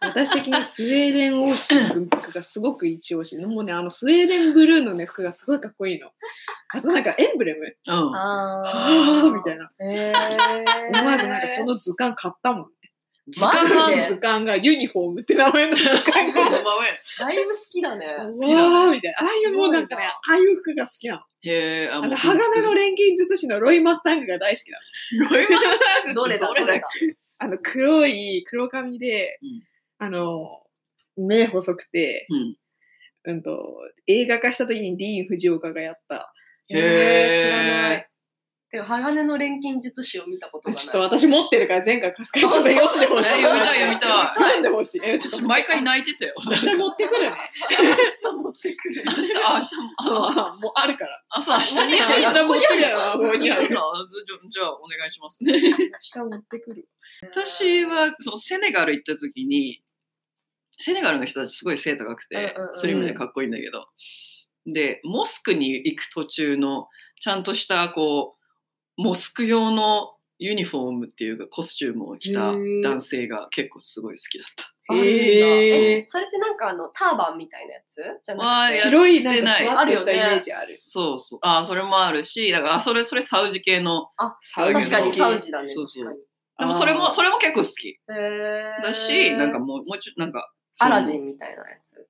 Speaker 3: 私的にスウェーデン王室の軍服がすごく一押し。もうね、あの、スウェーデンブルーのね、服がすごいかっこいいの。あとなんかエンブレム
Speaker 1: うん。
Speaker 2: あ
Speaker 3: はぁーみたいな。
Speaker 2: いな。へー。
Speaker 3: 思わずなんかその図鑑買ったもん。
Speaker 1: 図
Speaker 2: マ
Speaker 1: 鑑
Speaker 2: ジ
Speaker 1: なん
Speaker 2: で
Speaker 1: です
Speaker 3: 図鑑がユニフォームって名前の図鑑
Speaker 1: その
Speaker 3: が。
Speaker 1: ままへ。
Speaker 2: だいぶ好きだね。
Speaker 3: うわ
Speaker 1: きだね
Speaker 3: ーみたいな。ああいうもうなんかね、ああいう服が好きなの。
Speaker 1: へえ、あ、
Speaker 3: あ
Speaker 1: もう
Speaker 3: の、鋼の錬金術師のロイ・マスタングが大好きなの。
Speaker 1: ロイマスターグ
Speaker 2: どれだ
Speaker 1: ど
Speaker 2: ど
Speaker 1: れ
Speaker 2: れ
Speaker 1: だ
Speaker 2: だ
Speaker 3: あの、黒い、黒髪で、
Speaker 1: うん
Speaker 3: あの、目細くて、
Speaker 1: うん。
Speaker 3: うんと、映画化した時にディーン・フジオカがやった。
Speaker 1: へ
Speaker 2: 知らな
Speaker 1: え
Speaker 2: い。。でも、鋼の錬金術師を見たことがない。
Speaker 3: ちょっと私持ってるから前回貸すからちょっと読んでほしい。
Speaker 1: え読みたい読みたい
Speaker 3: 読んでほしい。え、ちょっと
Speaker 1: 毎回泣いてた よ。明
Speaker 3: 私持ってくるね。
Speaker 2: 明日持ってくる。
Speaker 1: 日、明日、あ
Speaker 3: あもうあるから。
Speaker 1: 朝、明日に。
Speaker 3: 明日持ってくるやろ。
Speaker 1: そう
Speaker 3: もう
Speaker 1: なんじ
Speaker 3: 似
Speaker 1: ゃ
Speaker 3: 合う
Speaker 1: じゃあ、お願いしますね。
Speaker 3: 下持ってくる。
Speaker 1: 私は、そのセネガル行った時に、セネガルの人たちすごい背高くて
Speaker 2: うんうんう、ん
Speaker 1: スリムでかっこいいんだけど。で、モスクに行く途中の、ちゃんとした、こう、モスク用のユニフォームっていうか、コスチュームを着た男性が結構すごい好きだった。
Speaker 3: へー
Speaker 2: それってなんかあの、ターバンみたいなやつじゃ
Speaker 1: わ
Speaker 2: な
Speaker 1: ー
Speaker 2: くて。
Speaker 3: 白いなん
Speaker 1: 出
Speaker 3: か
Speaker 1: ない
Speaker 3: ふわっとしたイメージある。
Speaker 1: そうそう。あ、それもあるし、だから、あそれ、それサウジ系の。
Speaker 3: サ
Speaker 1: るよね
Speaker 2: 確かにサウジだね。
Speaker 1: そうそう
Speaker 2: 確
Speaker 1: でも、それも、それも結構好き。
Speaker 2: かにへー
Speaker 1: だし、なんかもう、もうちょっと、なんか、
Speaker 2: アラジ
Speaker 1: ン
Speaker 2: ンみたいなやつ。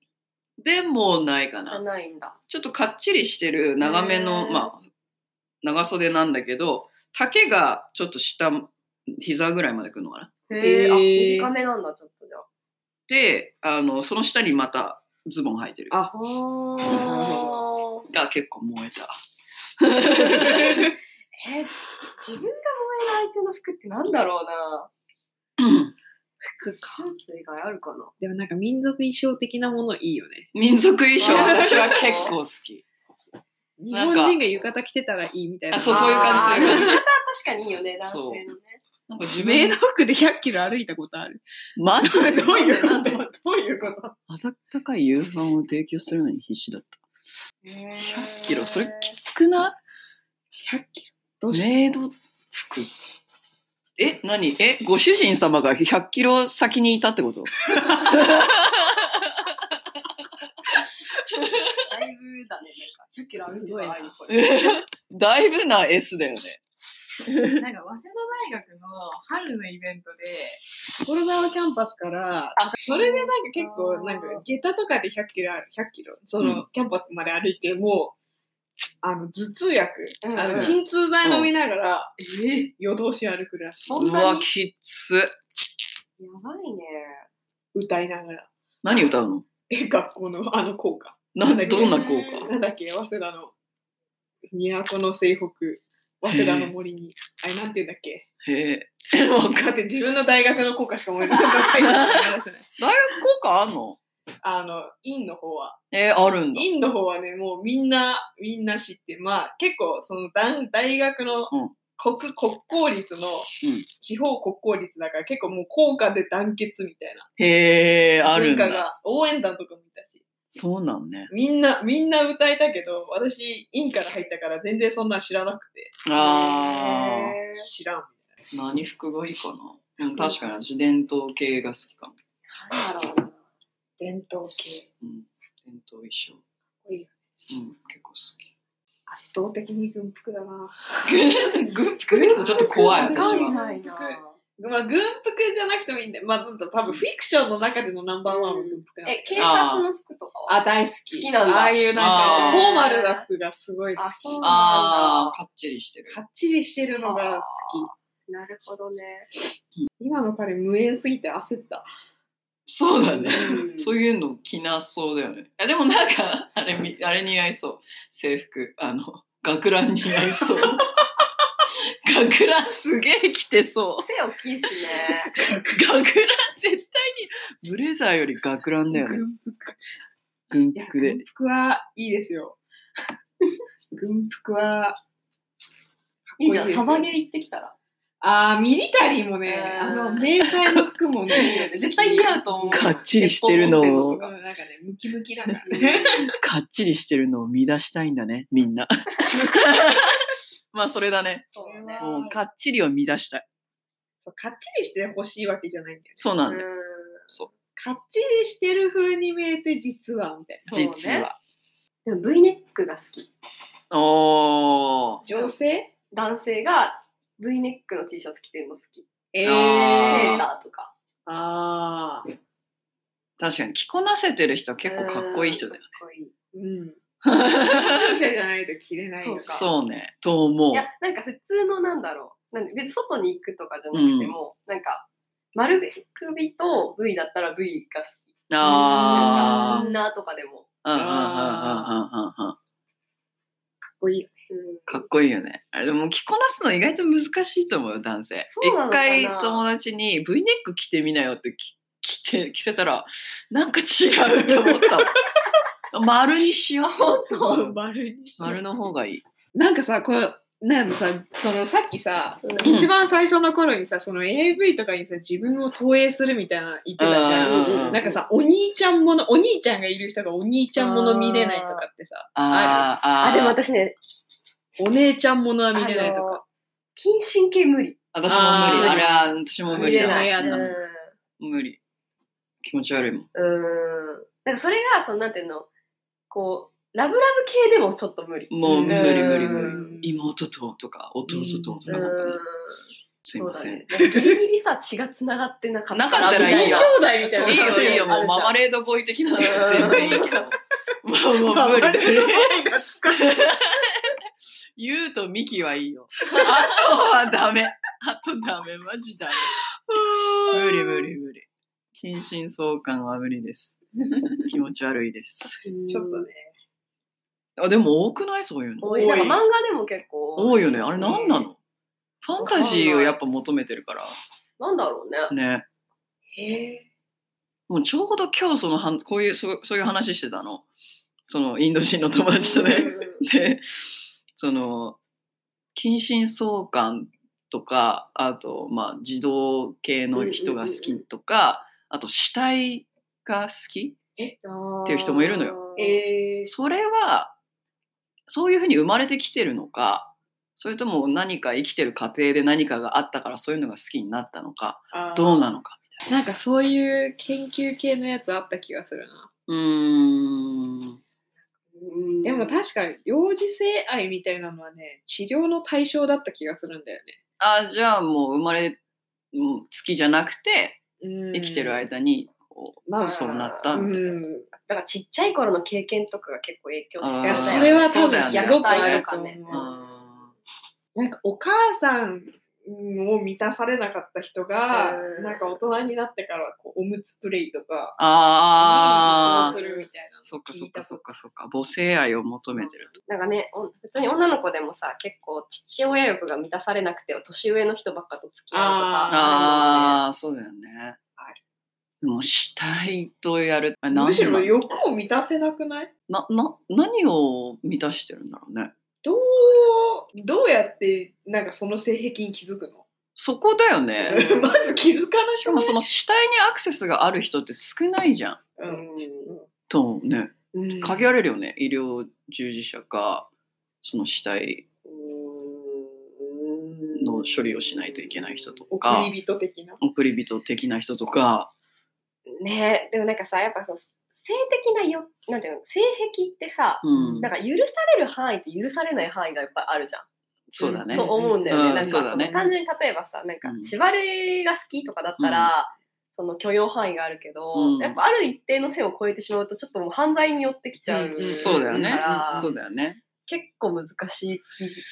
Speaker 1: でもないかな。
Speaker 2: ないんだ。
Speaker 1: ちょっとかっちりしてる長め
Speaker 2: へ
Speaker 1: の、
Speaker 2: ー
Speaker 1: まあ、長袖なんだけど、丈がちょっと下、膝ぐらいまでくるのかな。
Speaker 2: へえ。あ、
Speaker 3: へー
Speaker 2: 短めなんだ、ちょっとじゃあ。
Speaker 1: で、あの、その下にまたズボン履いてる。
Speaker 3: あ
Speaker 2: あー
Speaker 1: が結構燃えた。
Speaker 2: え、自分が燃える相手の服ってなんだろうな。服か。ス以外あるかな。
Speaker 3: でもなんか民族衣装的なものいいよね。
Speaker 1: 民族衣装、
Speaker 2: あー
Speaker 1: 私は結構好き。
Speaker 3: 日
Speaker 1: なん
Speaker 3: 本
Speaker 1: か
Speaker 3: 人が浴衣着てたらいいみたいな。
Speaker 1: あそうそういう感じ
Speaker 2: あー
Speaker 1: そういう感じ
Speaker 2: 浴衣は確かにいいよね、男性のね。
Speaker 1: なんか自
Speaker 3: メイ
Speaker 1: 分
Speaker 3: ド、服で100キロ歩いたことある。
Speaker 1: マジで
Speaker 3: どういうこ
Speaker 2: な
Speaker 3: と
Speaker 2: んで
Speaker 3: どういうこと
Speaker 1: 暖かい夕飯を提供するのに必死だった。
Speaker 2: 100
Speaker 1: キロ、それきつくな
Speaker 3: ?100 キロどう
Speaker 1: い
Speaker 3: して
Speaker 1: メイド服。え、何え、ご主人様が100キロ先にいたってこと
Speaker 2: だいぶだね、なんか。100キロ歩いてたらいいこれ
Speaker 1: だいぶな S だよね。
Speaker 4: なんか、早稲田大学の春のイベントで、
Speaker 3: コロナワキャンパスから、それでなんか結構、なんか、下駄とかで100キロある、100キロ、そうの、キャンパスまで歩いて、もう、あの、頭痛薬、
Speaker 2: うん
Speaker 3: あ
Speaker 2: う
Speaker 3: の、
Speaker 2: ん
Speaker 3: 鎮痛剤飲みながら、夜通し歩くらしい。
Speaker 2: そん
Speaker 1: う
Speaker 2: な
Speaker 1: わ、
Speaker 2: に
Speaker 1: きつ。
Speaker 2: やばいね。
Speaker 3: 歌いながら。
Speaker 1: 何歌うの
Speaker 3: え、学校の、あの効果。
Speaker 1: などんな効果
Speaker 3: なんだっけ、早稲田の、都の西北、早稲田の森に、あれ、なんて言うんだっけ。
Speaker 1: へえ。
Speaker 3: 分かって、自分の大学の効果しか思い 出せない大学の話じゃない。
Speaker 1: 大学効果あんの
Speaker 3: あの、院の方は。
Speaker 1: えー、あるんだ。
Speaker 3: インの方はね、もうみんな、みんな知って、まあ結構その大大学の
Speaker 1: うん
Speaker 3: 国、国公立の
Speaker 1: うん
Speaker 3: 地方国公立だから結構もう校歌で団結みたいな
Speaker 1: へえ、あるん
Speaker 3: 文化
Speaker 1: だ。
Speaker 3: が、応援団とかもいたし、
Speaker 1: そうなんね。
Speaker 3: みんな、みんな歌えたけど、私、インから入ったから全然そんなん知らなくて、
Speaker 1: あ
Speaker 2: へー
Speaker 3: 知らん。
Speaker 1: あ、何服がいいかな。うん、確かに私伝統系が好きかも。
Speaker 3: なんだろうな。伝統系。
Speaker 1: うん、伝統衣装。
Speaker 3: こういう
Speaker 1: うん、結構好き。
Speaker 3: 圧倒的に軍服だな。
Speaker 1: 軍服見るとちょっと怖い、
Speaker 3: 軍服
Speaker 1: 私
Speaker 3: 軍
Speaker 1: は。
Speaker 2: ないな
Speaker 3: まあ、軍服じゃなくてもいいんだよ。まあ、なんだ多分フィクションの中でのナンバーワンは軍服なんだよ
Speaker 2: え、警察の服とかは
Speaker 3: あ、大好き。
Speaker 2: 好きなんだ
Speaker 3: ああいうなん
Speaker 1: あ
Speaker 3: か、
Speaker 1: ー
Speaker 3: フォーマルな服がすごい好
Speaker 2: あ、
Speaker 3: き。
Speaker 2: そう
Speaker 1: あ
Speaker 2: な
Speaker 1: あ、かっちりしてる。
Speaker 3: かっちりしてるのが好
Speaker 2: んだ。なるほどね。
Speaker 3: き。今の彼無縁すぎて焦った。
Speaker 1: そうだね。
Speaker 3: うん
Speaker 1: そういうの着なそうだよね。いやでもなんか、 あれみ、あれ似合いそう。制服。あの、学ラン似合いそう。 学ランすげえ着てそう。
Speaker 2: 背大きい しね。
Speaker 1: 学ラン絶対に、ブレザーより学ランだよね。軍
Speaker 3: 軍服。いや、
Speaker 1: 服で
Speaker 3: 軍。服はいいですよ。 軍服は、
Speaker 2: いいじゃ
Speaker 3: かっ
Speaker 2: ん、
Speaker 3: こですよ
Speaker 2: サバゲー行ってきたら。
Speaker 3: あー、ミリタリーもね、
Speaker 2: うん
Speaker 3: あの、迷彩の服もね、
Speaker 2: 絶対似合うと思う。
Speaker 1: かっちりしてるの
Speaker 3: う
Speaker 1: を
Speaker 3: ん、なんかね、ムキムキだから ね。
Speaker 1: かっちりしてるのを見出したいんだね、みんな。まあそれだね。
Speaker 2: そうだね。
Speaker 1: もうかっちりを見出したい。
Speaker 3: そうかっちりしてほしいわけじゃないんだよ。
Speaker 1: そうなんだよ。
Speaker 2: う
Speaker 3: かっちりしてる風に見えて、実は、みたい
Speaker 2: そうね
Speaker 1: 実は。
Speaker 2: ん。でも V ネックが好き。
Speaker 1: おー。
Speaker 3: な。女性
Speaker 2: 男性が V ネックの T シャツ着てるの好き。
Speaker 3: えー、
Speaker 2: セ
Speaker 1: あ
Speaker 2: ー
Speaker 1: ー
Speaker 2: ターとか。
Speaker 3: あー。
Speaker 1: 確かに着こなせてる人は結構かっこいい人だよ
Speaker 2: かっこいい。
Speaker 3: うん。勇者じゃないと着れないのか。
Speaker 2: そう
Speaker 1: そうね。と思う
Speaker 2: い。や、なんか普通のなんだろう。なんで別に外に行くとかじゃなくても、なんか、丸首と V だったら V が好き。なん
Speaker 1: あ
Speaker 2: かインナーとかでも。
Speaker 1: あ。うんうんうんうんうんうんうん。
Speaker 3: かっこいいよ。
Speaker 2: うん
Speaker 1: かっこいいよね。あれでも着こなすの意外と難しいと思うよ、男性。
Speaker 2: そうなの
Speaker 1: 一
Speaker 2: かな
Speaker 1: 回友達に V ネック着てみなよってき着て、着せたら、なんか違うと思ったもん。丸にしよう。 うん
Speaker 3: 丸にし
Speaker 1: 丸の方がいい。
Speaker 3: なんかさ、こう、なんかさ、そのさっきさ、
Speaker 2: うん
Speaker 3: 一番最初の頃にさ、その AV とかにさ、自分を投影するみたいな言ってたじゃん。
Speaker 2: うん
Speaker 3: なんかさ、お兄ちゃんもの、お兄ちゃんがいる人がお兄ちゃんもの見れないとかってさ、
Speaker 1: あーあー、
Speaker 2: あ、でも私ね、
Speaker 3: お姉ちゃんものは
Speaker 2: あ
Speaker 3: 見れないと
Speaker 2: の
Speaker 3: か。、
Speaker 2: 近親系無理。
Speaker 1: 私も無理。
Speaker 2: あー
Speaker 1: あれは私も無
Speaker 3: 無
Speaker 1: 理
Speaker 3: 理
Speaker 2: れ
Speaker 1: だ
Speaker 2: な
Speaker 1: わ
Speaker 2: い。
Speaker 3: やだ
Speaker 2: うん
Speaker 1: 無理。気持ち悪いもん。
Speaker 2: うん。なんかそれが、その、なんていうの、こう、ラブラブ系でもちょっと無理。
Speaker 1: もう無理無理
Speaker 2: うん
Speaker 1: 無理。妹ととか、弟とと
Speaker 2: う
Speaker 1: か
Speaker 2: ん。
Speaker 1: なんかね。すいません。
Speaker 2: そうだねギリギリさ、血が繋がってなかった
Speaker 1: なかったらいいよ
Speaker 2: みた
Speaker 3: 兄弟みたいな。
Speaker 1: いいよいいよ、もう
Speaker 2: あるじゃん
Speaker 1: ママレードボーイ的なのが全然いいけど。もうもう無
Speaker 3: ママ
Speaker 1: 理
Speaker 3: レードボ
Speaker 1: 無理。
Speaker 3: ーイが使う
Speaker 1: ユウとミキはいいよ。あとはダメ。あとダメ、マジダメ。無理無理無理。近親相関は無理です。気持ち悪いです。
Speaker 2: うん
Speaker 3: ちょっとね。
Speaker 1: あ、でも多くないそういうの。
Speaker 2: 多い。なんか漫画でも結構
Speaker 1: 多いよね。あれ何なのファンタジーをやっぱ求めてるか
Speaker 2: なんだろうね。
Speaker 1: ら。ね。
Speaker 3: へ
Speaker 1: もうちょうど今日そのはん、こういう、そうそういう話してたの。そのインド人の友達とね。 でその近親相関とかあとまあ児童系の人が好きとか、あと死体が好き
Speaker 2: っ
Speaker 1: っていう人もいるのよ。
Speaker 3: ーえー
Speaker 1: それはそういうふうに生まれてきてるのかそれとも何か生きてる過程で何かがあったからそういうのが好きになったのか
Speaker 3: あー
Speaker 1: どうなのか
Speaker 3: なんかそういう研究系のやつあった気がするな。
Speaker 1: うーん
Speaker 2: うん
Speaker 3: でも確か幼児性愛みたいなのはね、治療の対象だった気がするんだよね。
Speaker 1: あじゃあもう生まれうん月じゃなくて
Speaker 3: うん
Speaker 1: 生きてる間にこう
Speaker 3: まあ
Speaker 1: そうなった
Speaker 3: う
Speaker 1: みたいな。
Speaker 3: ん。
Speaker 2: だからちっちゃい頃の経験とかが結構影響
Speaker 1: あ
Speaker 2: し
Speaker 1: ー
Speaker 3: い
Speaker 2: て
Speaker 3: や、
Speaker 2: る
Speaker 3: そ
Speaker 2: よね
Speaker 3: れは
Speaker 1: そ
Speaker 3: 多
Speaker 1: うだ
Speaker 3: 分
Speaker 1: よね
Speaker 3: すごくあると
Speaker 2: 虐
Speaker 3: 思
Speaker 2: 待とか
Speaker 3: う。
Speaker 2: ね
Speaker 1: あ
Speaker 3: なんかお母さんを満たされなかった人が、
Speaker 2: うん
Speaker 3: なんか大人になってからこうおむつプレイとか、
Speaker 1: あ
Speaker 3: こうするみたいな。
Speaker 1: そっかそっかそっかそっか母性愛を求めてると
Speaker 2: なんかね、お普通に女の子でもさ、結構父親欲が満たされなくて、年上の人ばっかと付き合うとかあ
Speaker 1: ああそうだよねでも死体とやるあ
Speaker 3: むしろ
Speaker 1: なん
Speaker 3: 欲を満たせなくない
Speaker 1: なな何を満たしてるんだろうね
Speaker 3: どう、どうやってなんかその性癖に気づくの
Speaker 1: そこだよね
Speaker 3: まず気づかな
Speaker 1: し
Speaker 3: し
Speaker 1: かもその死体にアクセスがある人って少ないじゃん
Speaker 3: う
Speaker 2: る
Speaker 3: ん
Speaker 2: のね
Speaker 1: とね
Speaker 3: うん
Speaker 1: 限られるよね医療従事者かその死体の処理をしないといけない人とか
Speaker 3: 送り人的な。
Speaker 1: 送り人的な人とか
Speaker 2: ねでもなんかさやっぱそう性的なよなんていうの性癖ってさ
Speaker 1: うん
Speaker 2: なんか許される範囲って許されない範囲がやっぱりあるじゃん、
Speaker 1: そうだね
Speaker 2: と思うんだよね、
Speaker 1: うん
Speaker 2: なんか
Speaker 1: そうだね
Speaker 2: その単純に例えばさなんか
Speaker 1: うん
Speaker 2: 縛りが好きとかだったら、その許容範囲があるけど、
Speaker 1: うん
Speaker 2: やっぱある一定の線を越えてしまうとちょっともう犯罪によってきちゃう、
Speaker 3: うん
Speaker 1: そうだよね
Speaker 2: から
Speaker 1: そうだよね
Speaker 2: 結構難しい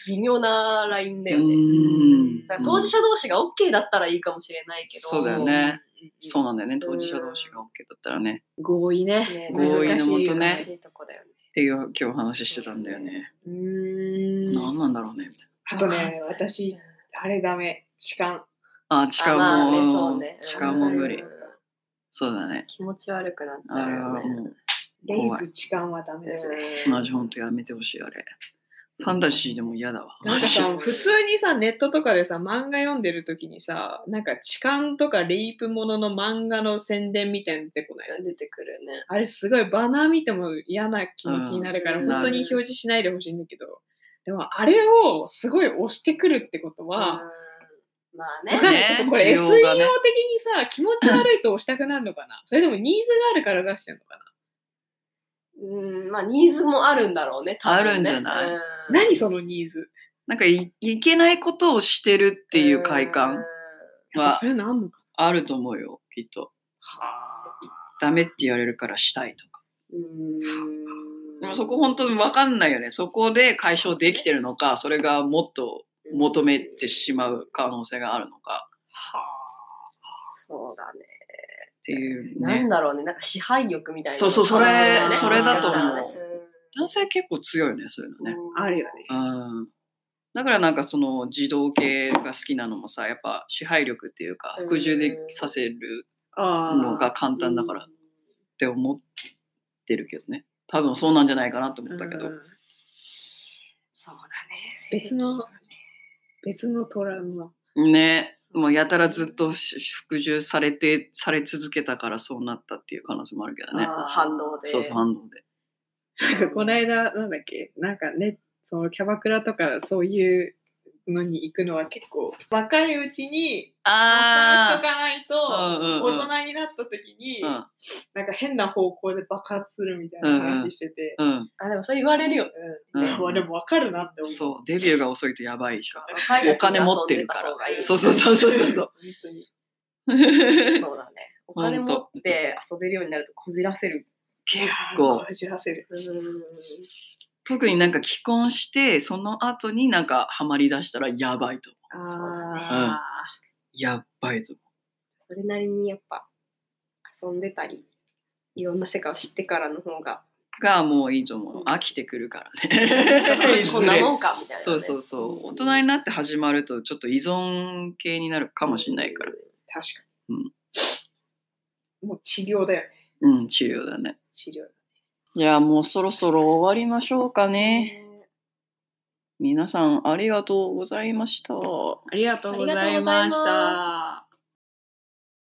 Speaker 2: 微微妙なラインだよ
Speaker 1: う
Speaker 2: ね、
Speaker 1: ん
Speaker 2: だから当事者同士が OK だったらいいかもしれないけど
Speaker 1: そうだよね
Speaker 3: うん。
Speaker 1: そうなんだよね当事者同士が OK だったらね
Speaker 3: 合意
Speaker 2: ね
Speaker 3: ね。
Speaker 1: 合意のもとね
Speaker 2: 難しいとこだよね
Speaker 1: っていう今日話してたんだよね
Speaker 3: うーん。
Speaker 1: 何なんだろうねみたい
Speaker 3: あとね、私、あれダメ。痴漢。
Speaker 1: なあ痴
Speaker 2: あま
Speaker 1: 漢
Speaker 2: あねそ
Speaker 1: も
Speaker 2: うね
Speaker 1: 痴漢も無
Speaker 2: う
Speaker 1: 理
Speaker 2: ん
Speaker 1: そうだね
Speaker 2: 気持ち悪くなっち
Speaker 1: あ
Speaker 2: ゃうよ
Speaker 1: ー
Speaker 2: ね
Speaker 1: もう
Speaker 3: レ
Speaker 1: 怖い
Speaker 3: イプ痴漢はダメですね。
Speaker 2: うん
Speaker 1: マジほんとやめてほしいあれファンタジーでも嫌だわ
Speaker 3: なんかさ、普通にさ、ネットとかでさ、漫画読んでる時にさ、なんか痴漢とかレイプものの漫画の宣伝みたいなの出てこない
Speaker 2: 出てくるね
Speaker 3: あれすごいバナー見ても嫌な気持ちになるから、
Speaker 2: うん
Speaker 3: 本当に表示しないでほしいんだけど、でもあれをすごい押してくるってことは、
Speaker 2: うんまあ
Speaker 3: わかん
Speaker 2: ね
Speaker 3: ない。ちょっとこれ
Speaker 1: ね
Speaker 3: SEO
Speaker 1: 需
Speaker 3: 的に
Speaker 1: 要がね
Speaker 3: さ、気持ち悪いと押したくなるのかな それともニーズがあるから出してるのか
Speaker 2: うんまあニーズもあるんだろうね多分ね
Speaker 1: あるんじゃない
Speaker 2: うん
Speaker 3: な何そのニーズ
Speaker 1: なんかいいけないことをしてるっていう快
Speaker 2: うん
Speaker 1: 感は
Speaker 3: そういうのあんのか
Speaker 1: あると思うよきっとダメって言われるからしたいとかでもそこ本当に分かんないよねそこで解消できてるのかそれがもっと求めてしまう可能性があるのか
Speaker 2: そうだね
Speaker 1: っていう
Speaker 2: なん
Speaker 1: ね
Speaker 2: だろうねなんか支配欲みたいな
Speaker 1: そうそうそ
Speaker 3: れ
Speaker 2: 感じ
Speaker 3: それだと思う
Speaker 1: 男性結構強いよねそういうの
Speaker 2: だ
Speaker 1: ね
Speaker 2: ねうん
Speaker 3: あるよね。
Speaker 1: うんだからなんかその児童系が好きなのもさやっぱ支配力っていうか服従でさせる
Speaker 3: あ
Speaker 1: のが簡単だからって思ってるけどね多分そうなんじゃないかなと思
Speaker 3: あ。
Speaker 1: ったけど、
Speaker 3: うん
Speaker 2: そうだね
Speaker 3: 別の別のトラウマ。
Speaker 1: ねもうやたらずっとし服従されてされ続けたからそうなったっていう可能性もあるけどね
Speaker 2: あー反応で
Speaker 1: そうそう反応で
Speaker 3: なんかこの間、なんだっけ、なんかね、そのキャバクラとかそういうのに行くのは結構、若いうちに、
Speaker 1: あ
Speaker 3: 発散しとかないと、
Speaker 1: うんうんうん
Speaker 3: 大人になった時に、
Speaker 1: あ
Speaker 3: なんか変な方向で爆発するみたいな話してて、
Speaker 1: うんうん
Speaker 2: あでもそれ言われるよね
Speaker 3: うん
Speaker 1: うん
Speaker 3: いやまあでも分かるなって思う。
Speaker 1: そうデビューが遅いとやばいじゃん
Speaker 2: 若い
Speaker 1: お金
Speaker 2: 時に遊んでた方がいい
Speaker 1: 持ってるからそうそうそうそうそうそう
Speaker 3: 本当 に。
Speaker 2: そうだねお金持って遊べるようになるとこじらせる
Speaker 1: 結
Speaker 3: あー
Speaker 1: 構
Speaker 3: 走らせる。
Speaker 1: 特になんか既婚してその後になんかハマりだしたらやばいと思う
Speaker 3: あ
Speaker 1: やばいと思
Speaker 2: それなりにやっぱ遊んでたりいろんな世界を知ってからの方が
Speaker 1: うがもういいと思う飽きてくるから ね い
Speaker 2: こ
Speaker 1: ず
Speaker 2: んな
Speaker 1: れ
Speaker 2: もんかみたいなね
Speaker 1: そうそうそう大人になって始まるとちょっと依存系になるかもしれないから
Speaker 3: ー確か
Speaker 1: う
Speaker 3: に。もう治療だよね。
Speaker 1: うん治療だね
Speaker 3: 治療。
Speaker 1: いやもうそろそろ終わりましょうかね皆さんありがとうございました
Speaker 3: ありがと
Speaker 2: うございました